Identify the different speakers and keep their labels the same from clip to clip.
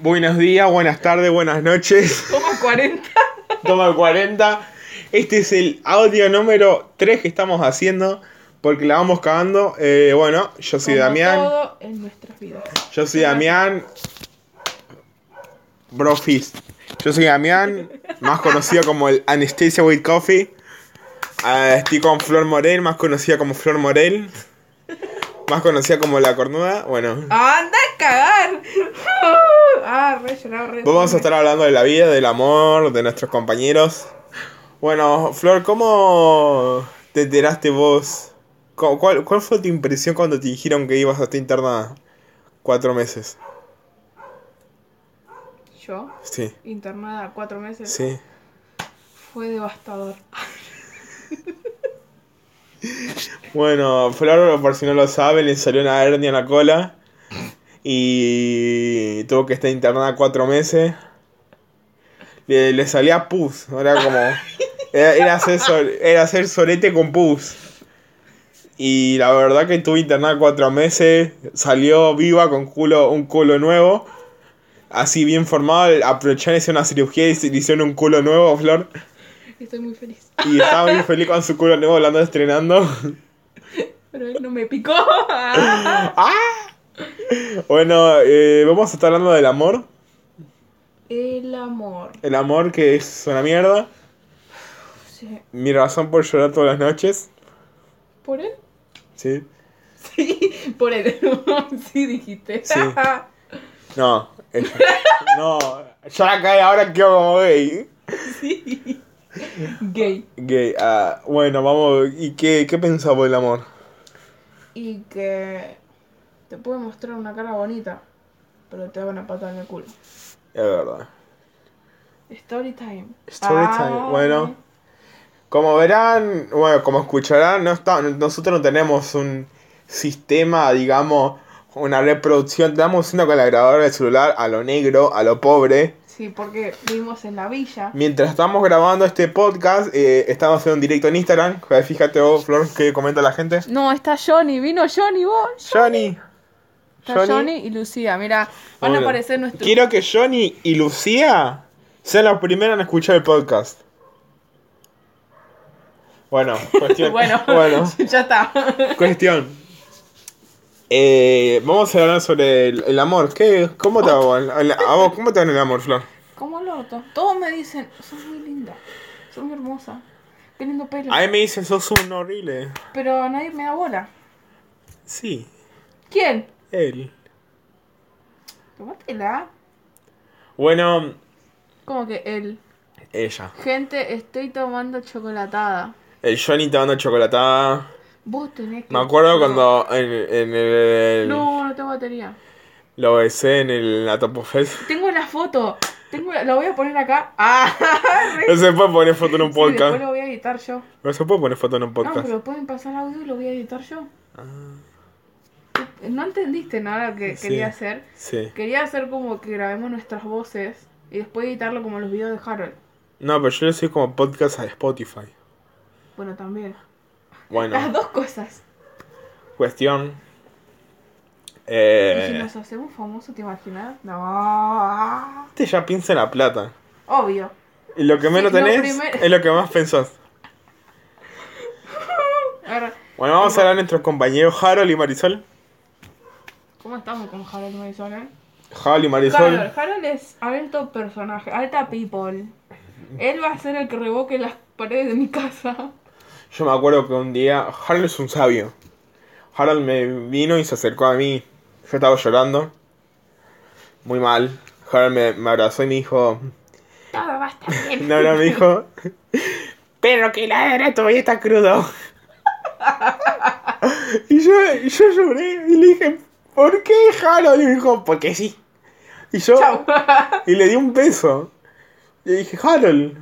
Speaker 1: Buenos días, buenas tardes, buenas noches.
Speaker 2: Toma 40.
Speaker 1: Toma 40. Este es el audio número 3 que estamos haciendo porque la vamos cagando. Eh, bueno, yo soy
Speaker 2: Como
Speaker 1: Damián.
Speaker 2: Todo en nuestras vidas.
Speaker 1: Yo soy Damián. Brofist. Yo soy Damián, más conocido como el Anesthesia with Coffee. Ah, estoy con Flor Morel, más conocida como Flor Morel. Más conocida como La Cornuda. Bueno,
Speaker 2: ¡Anda a cagar! Ah, re lloraba, re.
Speaker 1: vamos a estar hablando de la vida, del amor, de nuestros compañeros. Bueno, Flor, ¿cómo te enteraste vos? ¿Cu- ¿Cuál, cuál fue tu impresión cuando te dijeron que ibas a estar internada? Cuatro meses.
Speaker 2: Yo,
Speaker 1: Sí,
Speaker 2: internada cuatro meses,
Speaker 1: sí.
Speaker 2: fue devastador.
Speaker 1: Bueno, Flor, por si no lo saben, le salió una hernia en la cola y tuvo que estar internada cuatro meses. Le, le salía pus, era como. Era, era hacer, sol- era hacer solete con pus. Y la verdad que estuvo internada cuatro meses, salió viva con culo, un culo nuevo. Así bien formado, aprovecharon hizo una cirugía y se- le hicieron un culo nuevo, Flor.
Speaker 2: Y Estoy muy feliz.
Speaker 1: Y estaba muy feliz con su culo nuevo, hablando estrenando.
Speaker 2: Pero él no me picó.
Speaker 1: Ah. Bueno, eh, vamos a estar hablando del amor.
Speaker 2: El amor.
Speaker 1: El amor que es una mierda.
Speaker 2: Sí.
Speaker 1: Mi razón por llorar todas las noches.
Speaker 2: ¿Por él?
Speaker 1: Sí.
Speaker 2: Sí, por él. Sí, dijiste.
Speaker 1: Sí. No. ella. No. Ya la cae ahora quedo como gay.
Speaker 2: Sí. Gay.
Speaker 1: Gay. ah, bueno, vamos. ¿Y qué, qué pensás vos del amor?
Speaker 2: Y que te puede mostrar una cara bonita, pero te da una pata en el culo.
Speaker 1: Es verdad.
Speaker 2: Story time.
Speaker 1: Story time. Bueno. Como verán, bueno, como escucharán, no está, nosotros no tenemos un sistema, digamos, una reproducción. Estamos haciendo con la grabadora del celular a lo negro, a lo pobre.
Speaker 2: Sí, porque vivimos en la villa.
Speaker 1: Mientras estamos grabando este podcast, eh, estamos haciendo un directo en Instagram. Joder, Fíjate vos, Flor, que comenta la gente.
Speaker 2: No, está Johnny, vino Johnny vos.
Speaker 1: Johnny.
Speaker 2: Está Johnny, y Lucía, mira, van a
Speaker 1: Bueno,
Speaker 2: aparecer nuestros.
Speaker 1: Quiero que Johnny y Lucía sean los primeros en escuchar el podcast. Bueno, cuestión.
Speaker 2: Bueno,
Speaker 1: bueno,
Speaker 2: ya está.
Speaker 1: cuestión. Eh, vamos a hablar sobre el, el amor. ¿Qué? ¿Cómo te va el- el- a vos? ¿Cómo te va en el amor, Flor?
Speaker 2: Como orto. Todos me dicen, sos muy linda, sos muy hermosa, qué lindo pelo.
Speaker 1: A mí me dicen, sos un horrible.
Speaker 2: Pero nadie me da bola.
Speaker 1: Sí,
Speaker 2: ¿Quién?
Speaker 1: él.
Speaker 2: Tómatela.
Speaker 1: Bueno,
Speaker 2: Como que él.
Speaker 1: ella.
Speaker 2: Gente, estoy tomando chocolatada.
Speaker 1: El Johnny tomando chocolatada.
Speaker 2: Vos tenés que.
Speaker 1: Me acuerdo
Speaker 2: No.
Speaker 1: cuando en, en el,
Speaker 2: No, no tengo batería.
Speaker 1: lo besé en el la Topo Fest.
Speaker 2: Tengo la foto. Tengo la... la voy a poner acá. Ah, re-
Speaker 1: No se puede poner foto en un
Speaker 2: Sí,
Speaker 1: podcast.
Speaker 2: después lo voy a editar yo.
Speaker 1: No se puede poner foto en un
Speaker 2: No,
Speaker 1: podcast. Ah,
Speaker 2: pero pueden pasar audio y lo voy a editar yo. No entendiste nada que
Speaker 1: Sí.
Speaker 2: quería hacer.
Speaker 1: Sí.
Speaker 2: Quería hacer como que grabemos nuestras voces y después editarlo como los videos de Harold.
Speaker 1: No, pero yo le soy como podcast a Spotify.
Speaker 2: Bueno, también. Las
Speaker 1: Bueno,
Speaker 2: dos cosas.
Speaker 1: cuestión.
Speaker 2: Y si
Speaker 1: Eh,
Speaker 2: nos hacemos famosos, ¿te imaginas? No.
Speaker 1: este ya piensa en la plata.
Speaker 2: Obvio.
Speaker 1: Y lo que
Speaker 2: Sí,
Speaker 1: menos
Speaker 2: lo
Speaker 1: tenés
Speaker 2: primer-
Speaker 1: es lo que más pensás.
Speaker 2: Ahora,
Speaker 1: Bueno, vamos a hablar de nuestros compañeros Harold y Marisol.
Speaker 2: ¿cómo estamos con Harold Mason, eh?
Speaker 1: Harold y
Speaker 2: Harold,
Speaker 1: Marisol.
Speaker 2: Harold es alto personaje, alta people. Él va a ser el que revoque las paredes de mi casa.
Speaker 1: Yo me acuerdo que un día Harold es un sabio. Harold me vino y se acercó a mí. Yo estaba llorando. Muy mal. Harold me, me abrazó y me dijo...
Speaker 2: Todo va a estar bien.
Speaker 1: No, no, me dijo... Pero que la era todavía está crudo. y yo, y yo lloré y le dije... ¿Por qué Harold? Y me dijo... Porque sí. Y yo...
Speaker 2: Chau.
Speaker 1: Y le di un beso. Le dije, Harold,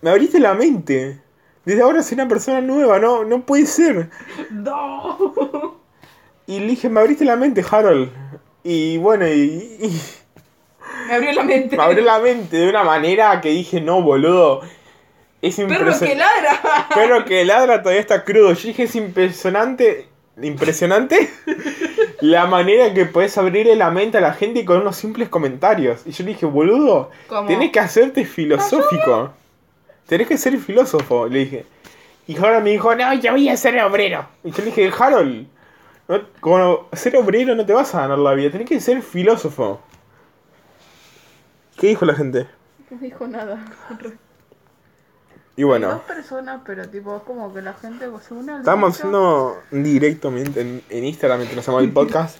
Speaker 1: me abriste la mente. Desde ahora soy una persona nueva, no, no puede ser.
Speaker 2: No.
Speaker 1: Y le dije, me abriste la mente, Harold. Y bueno, y, y-
Speaker 2: Me abrió la mente.
Speaker 1: me abrió la mente de una manera que dije, no, boludo. Es
Speaker 2: Perro que
Speaker 1: impresionante.
Speaker 2: ladra.
Speaker 1: Pero que ladra todavía está crudo. Yo dije, es impresionante. Impresionante La manera que puedes abrirle la mente a la gente con unos simples comentarios. Y yo le dije, boludo,
Speaker 2: ¿Cómo?
Speaker 1: tenés que hacerte filosófico. Tenés que ser filósofo, le dije. Y Harold me dijo, no, yo voy a ser obrero. Y yo le dije, Harold, no- con ser obrero no te vas a ganar la vida, tenés que ser filósofo. ¿Qué dijo la gente?
Speaker 2: No dijo nada.
Speaker 1: Y bueno,
Speaker 2: Dos personas, pero tipo, es como que la gente, según el
Speaker 1: estábamos
Speaker 2: dicho,
Speaker 1: haciendo un directo en, en- en Instagram mientras hacíamos el podcast.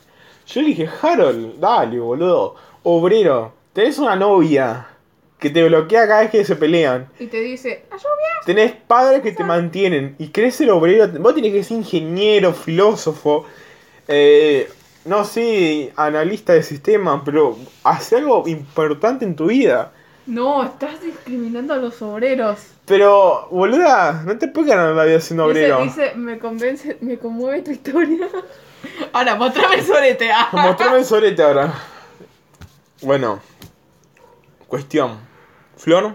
Speaker 1: Yo le dije, Harold, dale, boludo, obrero, tenés una novia que te bloquea cada vez que se pelean.
Speaker 2: Y te dice, ¡ah, lluvia!
Speaker 1: Tenés padres que te mantienen y querés ser obrero. Vos tenés que ser ingeniero, filósofo, eh, no sé, analista de sistemas, pero hace algo importante en tu vida.
Speaker 2: No, estás discriminando a los obreros.
Speaker 1: Pero, boluda, no te puedes ganar la vida siendo
Speaker 2: Dice-
Speaker 1: obrero.
Speaker 2: Dice, me convence, me conmueve tu historia. Ahora, mostrame el sorete. ah.
Speaker 1: Mostrame el sorete ahora. Bueno, cuestión. Flor,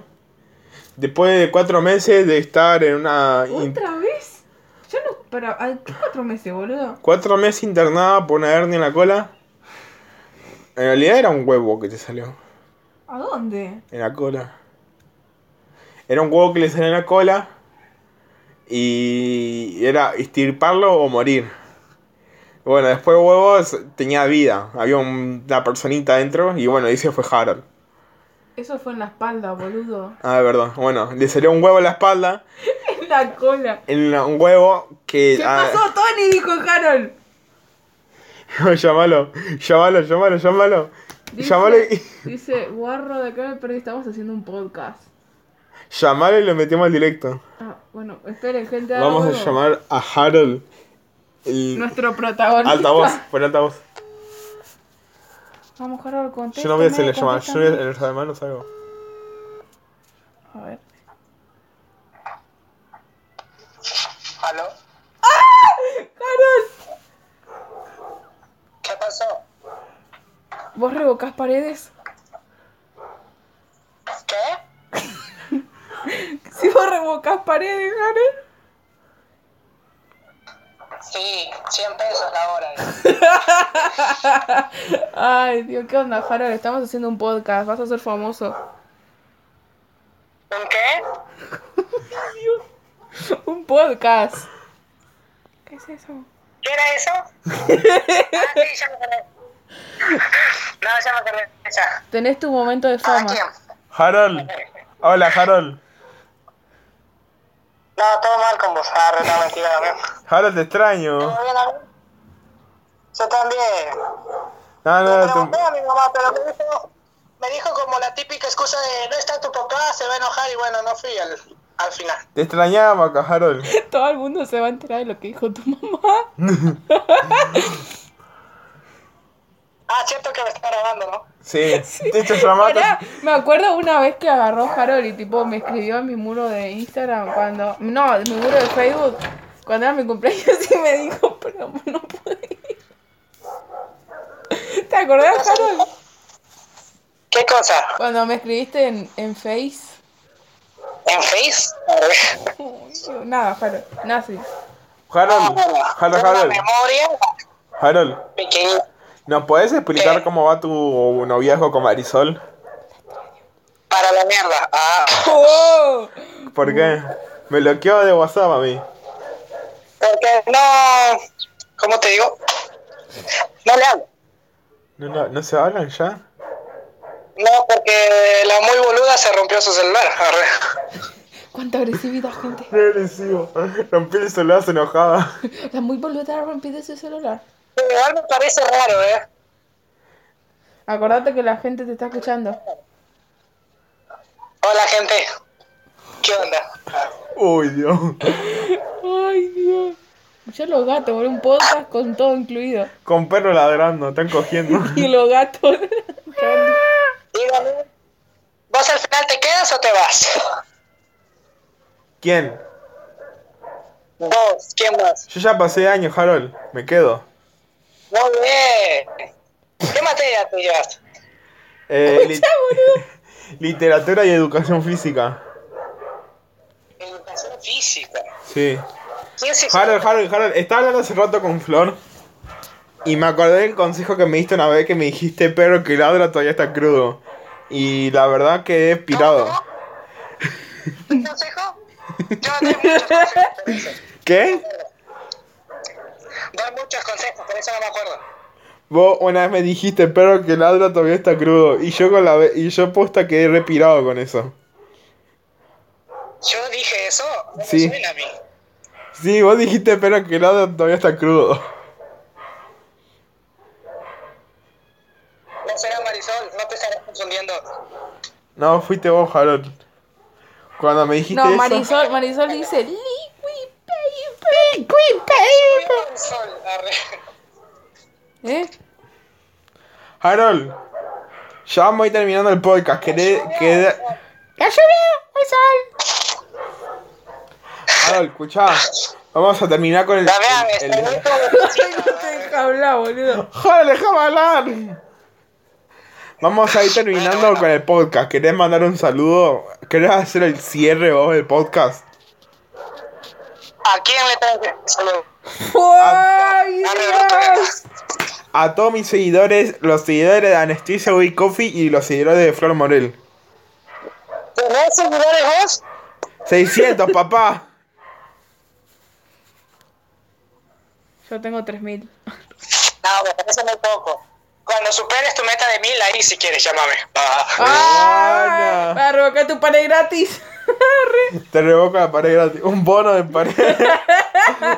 Speaker 1: después de cuatro meses de estar en una. in-
Speaker 2: ¿Otra vez? Ya no, para, ¿a qué cuatro meses, boludo?
Speaker 1: Cuatro meses internada por una hernia en la cola. En realidad era un huevo que te salió
Speaker 2: ¿A dónde?
Speaker 1: en la cola. Era un huevo que le salió en la cola. Y era estirparlo o morir. Bueno, después huevos tenía vida. Había un- una personita adentro y bueno, ese fue Harold.
Speaker 2: Eso fue en la espalda, boludo.
Speaker 1: Ah, de verdad. Bueno, le salió un huevo en la espalda.
Speaker 2: En la cola.
Speaker 1: En la- un huevo que...
Speaker 2: ¿Qué
Speaker 1: ah,
Speaker 2: pasó, Tony? Dijo Harold.
Speaker 1: llámalo, llámalo, llámalo, llámalo.
Speaker 2: Dice-
Speaker 1: Llámalo y...
Speaker 2: Dice, guarro de acá me perdí, estamos haciendo un podcast.
Speaker 1: Llamalo y lo metemos al directo.
Speaker 2: Ah, bueno, esperen, gente. ahora
Speaker 1: Vamos a
Speaker 2: vuelvo.
Speaker 1: llamar a Harold. El
Speaker 2: Nuestro protagonista.
Speaker 1: altavoz, por altavoz.
Speaker 2: Vamos, Harold, contesta.
Speaker 1: Yo no voy a hacerle llamar, yo voy a en los hermanos algo.
Speaker 2: A ver.
Speaker 3: ¿Aló?
Speaker 2: ¡Harold!
Speaker 3: ¿Qué pasó?
Speaker 2: ¿Vos revocás paredes?
Speaker 3: ¿Qué?
Speaker 2: Si vos revocás paredes, Harold.
Speaker 3: Sí, 100 pesos la hora.
Speaker 2: Ay, Dios, ¿qué onda, Harold? Estamos haciendo un podcast, vas a ser famoso.
Speaker 3: ¿Un qué?
Speaker 2: un podcast. ¿Qué es eso?
Speaker 3: ¿Qué era eso? ah, sí, ya me acordé. No, ya me acordé. Ya.
Speaker 2: Tenés tu momento de
Speaker 3: Ah,
Speaker 2: fama.
Speaker 3: ¿quién?
Speaker 1: Harold. Hola, Harold.
Speaker 3: No, todo mal con vos. Ah, re, no, mentira, también.
Speaker 1: Harold, te extraño.
Speaker 3: ¿Todo bien, amigo? Yo también.
Speaker 1: No,
Speaker 3: Le
Speaker 1: no,
Speaker 3: pregunté
Speaker 1: te-
Speaker 3: a mi mamá, pero me dijo, me dijo como la típica excusa de no está tu papá, se va a enojar y bueno, no fui al, al final.
Speaker 1: te extrañaba acá, Harold.
Speaker 2: Todo el mundo se va a enterar de lo que dijo tu mamá.
Speaker 3: Ah, cierto que me está grabando, ¿no?
Speaker 1: Sí, te hecho llamado.
Speaker 2: Pará, me acuerdo una vez que agarró Harold y tipo me escribió en mi muro de Instagram cuando. No, en mi muro de Facebook. Cuando era mi cumpleaños y me dijo, pero no pude ir". ¿Te acordás, Harold?
Speaker 3: ¿Qué cosa?
Speaker 2: Cuando me escribiste en, en Face.
Speaker 3: ¿En Face?
Speaker 2: Uy, Nada, Harold. Nazi.
Speaker 1: Harold,
Speaker 3: Ah, Tengo
Speaker 1: Harold,
Speaker 3: una
Speaker 1: Harold.
Speaker 3: memoria
Speaker 1: Harold,
Speaker 3: pequeñita.
Speaker 1: ¿nos podés explicar
Speaker 3: ¿Qué?
Speaker 1: cómo va tu noviazgo con Marisol?
Speaker 3: Para la mierda. Ah.
Speaker 2: ¡Oh!
Speaker 1: ¿Por qué? Me bloqueó de WhatsApp a mí.
Speaker 3: Porque no. ¿Cómo te digo? No le hablo.
Speaker 1: No, no, ¿no se hablan ya?
Speaker 3: No, porque la muy boluda se rompió su celular. Arre.
Speaker 2: ¡Cuánta agresividad, gente!
Speaker 1: Qué agresivo. Rompí el celular, se enojaba.
Speaker 2: La muy boluda rompió su celular.
Speaker 3: Igual me parece raro, ¿eh?
Speaker 2: Acordate que la gente te está escuchando.
Speaker 3: Hola, gente. ¿Qué onda?
Speaker 1: Uy, Dios.
Speaker 2: Ay, Dios. Yo los gatos, boludo, un podcast con todo incluido.
Speaker 1: Con perro ladrando, están cogiendo.
Speaker 2: Y los gatos.
Speaker 3: Dígame. ¿Vos al final te quedas o te vas?
Speaker 1: ¿Quién?
Speaker 3: Vos, ¿quién más?
Speaker 1: Yo ya pasé años, Harold. Me quedo.
Speaker 3: Muy bien. ¿Qué materia tú llevas?
Speaker 1: Eh, li- literatura y educación física.
Speaker 3: Educación física.
Speaker 1: Sí.
Speaker 3: ¿Quién se
Speaker 1: Harold, Harold, Harold. Estaba hablando hace rato con Flor. Y me acordé del consejo que me diste una vez que me dijiste, perro que ladra todavía está crudo. Y la verdad que he pirado.
Speaker 3: ¿Un consejo? Yo doy muchos consejos, por eso.
Speaker 1: ¿Qué?
Speaker 3: Doy muchos consejos, por eso no me acuerdo.
Speaker 1: Vos una vez me dijiste, perro que ladra todavía está crudo. Y yo con la ve- y yo posta quedé repirado con eso.
Speaker 3: Yo dije eso, no me
Speaker 1: Sí.
Speaker 3: suena a mí.
Speaker 1: Sí, vos dijiste, perro que ladra todavía está crudo.
Speaker 3: No será Marisol, no te estarás confundiendo.
Speaker 1: No, fuiste vos, Harold. Cuando me dijiste
Speaker 2: No,
Speaker 1: eso.
Speaker 2: Marisol, Marisol dice liqui baby.
Speaker 3: Marisol, arre.
Speaker 2: ¿Eh?
Speaker 1: Harold, ya vamos a ir terminando el podcast. Quedé. quedé... ¡La lluvia! Harold, escuchá. Vamos a terminar con el.
Speaker 3: La vean,
Speaker 1: el-
Speaker 3: este
Speaker 1: el-
Speaker 2: Ay, no te deja hablar, boludo.
Speaker 1: ¡Harold, déjame hablar! Vamos a ir terminando con el podcast. ¿Querés mandar un saludo? ¿Querés hacer el cierre vos del podcast?
Speaker 3: ¿A quién le tengo que saludar?
Speaker 2: ¡Ay,
Speaker 3: Arre, no
Speaker 2: Dios!
Speaker 1: A todos mis seguidores, los seguidores de Anesthesia Wii Coffee y los seguidores de Flor Morel.
Speaker 3: ¿Tenés seguidores vos?
Speaker 1: 600, papá.
Speaker 2: Yo tengo 3000.
Speaker 3: No, me parece muy poco. Cuando superes tu meta de mil, ahí si quieres, llámame. Ah.
Speaker 1: Buena.
Speaker 2: ¡Ay! Para revocar tu pared gratis. Arre.
Speaker 1: Te revoca la pared gratis. Un bono de pared.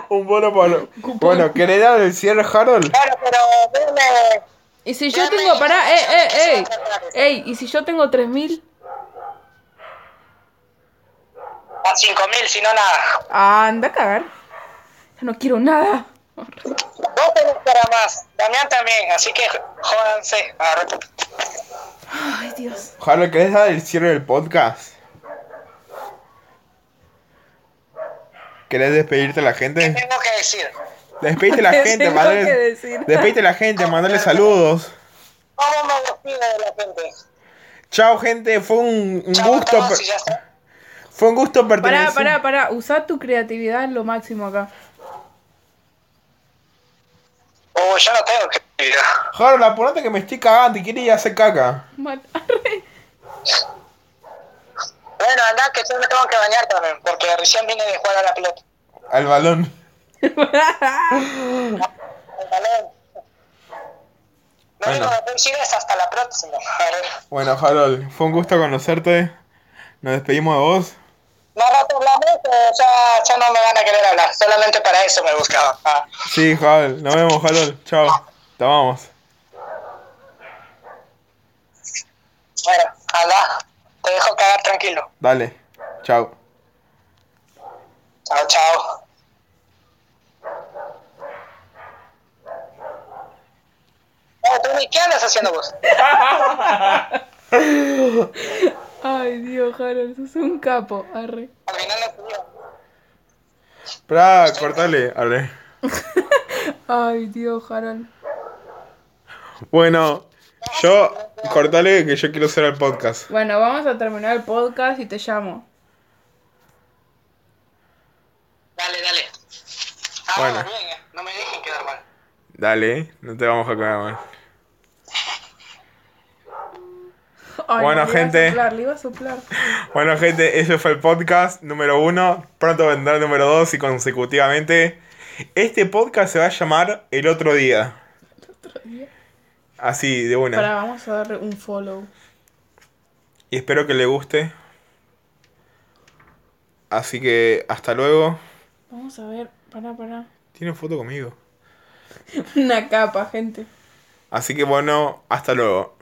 Speaker 1: un bono para. Bueno, ¿querés dar el cierre, Harold?
Speaker 3: Bueno, pero dime,
Speaker 2: Y si yo tengo, pará, ey, ey, ey. Ey, y si yo tengo 3000.
Speaker 3: a cinco mil, si no nada.
Speaker 2: Anda a cagar. Yo no quiero nada.
Speaker 3: Vos tenés para más. Damián también, así que jódanse. Ah,
Speaker 2: Ay, Dios.
Speaker 1: Harold, ¿querés dar el cierre del podcast? ¿Querés despedirte a la
Speaker 3: ¿Qué
Speaker 1: gente?
Speaker 3: tengo que decir?
Speaker 1: Despedite a la
Speaker 2: ¿Qué
Speaker 1: gente,
Speaker 2: tengo
Speaker 1: mandale.
Speaker 2: que decir?
Speaker 1: Despedite a la gente, mandale saludos.
Speaker 3: ¿Cómo me despido de la gente?
Speaker 1: Chao, gente. Fue un, un
Speaker 3: Chao a
Speaker 1: gusto.
Speaker 3: todos
Speaker 1: per-
Speaker 3: y ya está.
Speaker 1: Fue un gusto
Speaker 2: Pará,
Speaker 1: pertenecer.
Speaker 2: pará, pará. Usá tu creatividad en lo máximo acá.
Speaker 3: Oh, yo no tengo creatividad.
Speaker 1: Harold, apurate que me estoy cagando y quiere ir a hacer caca.
Speaker 2: Mal- Arre.
Speaker 3: Bueno, anda, que yo me tengo que bañar también, porque recién vine de jugar a la pelota.
Speaker 1: Al balón.
Speaker 3: Al balón. Lo único
Speaker 1: Bueno.
Speaker 3: que puedo decir es hasta la próxima.
Speaker 1: Bueno, Harold, fue un gusto conocerte. Nos despedimos de vos.
Speaker 3: Más rato hablamos, eh, ya, ya no me van a querer hablar. Solamente para eso me buscaba. Ah.
Speaker 1: Sí, Harold. Nos vemos, Harold. Chao. Te amamos.
Speaker 3: Bueno, anda. Te dejo cagar tranquilo.
Speaker 1: Dale. Chao.
Speaker 3: Chao, chao. No, tú ni qué andas haciendo vos.
Speaker 2: Ay, Dios, Harold, sos un capo. Arre.
Speaker 3: Terminando tu vida.
Speaker 1: Pra, cortale. Arre.
Speaker 2: Ay, Dios, Harold.
Speaker 1: Bueno, yo. Cortale que yo quiero hacer el podcast.
Speaker 2: Bueno, vamos a terminar el podcast y te llamo.
Speaker 3: Dale, dale. Ah,
Speaker 1: Bueno.
Speaker 3: bien, eh. No me dejen quedar mal.
Speaker 1: Dale, no te vamos a cagar más.
Speaker 2: Ay,
Speaker 1: Bueno,
Speaker 2: le iba a
Speaker 1: gente.
Speaker 2: soplar, le iba a soplar.
Speaker 1: Bueno, gente, ese fue el podcast número uno. Pronto vendrá el número dos y consecutivamente. Este podcast se va a llamar El Otro Día. Así, de una.
Speaker 2: Pará, vamos a darle un follow.
Speaker 1: Y espero que le guste. Así que hasta luego.
Speaker 2: Vamos a ver. Pará, pará.
Speaker 1: Tiene foto conmigo.
Speaker 2: Una capa, gente.
Speaker 1: Así que bueno, hasta luego.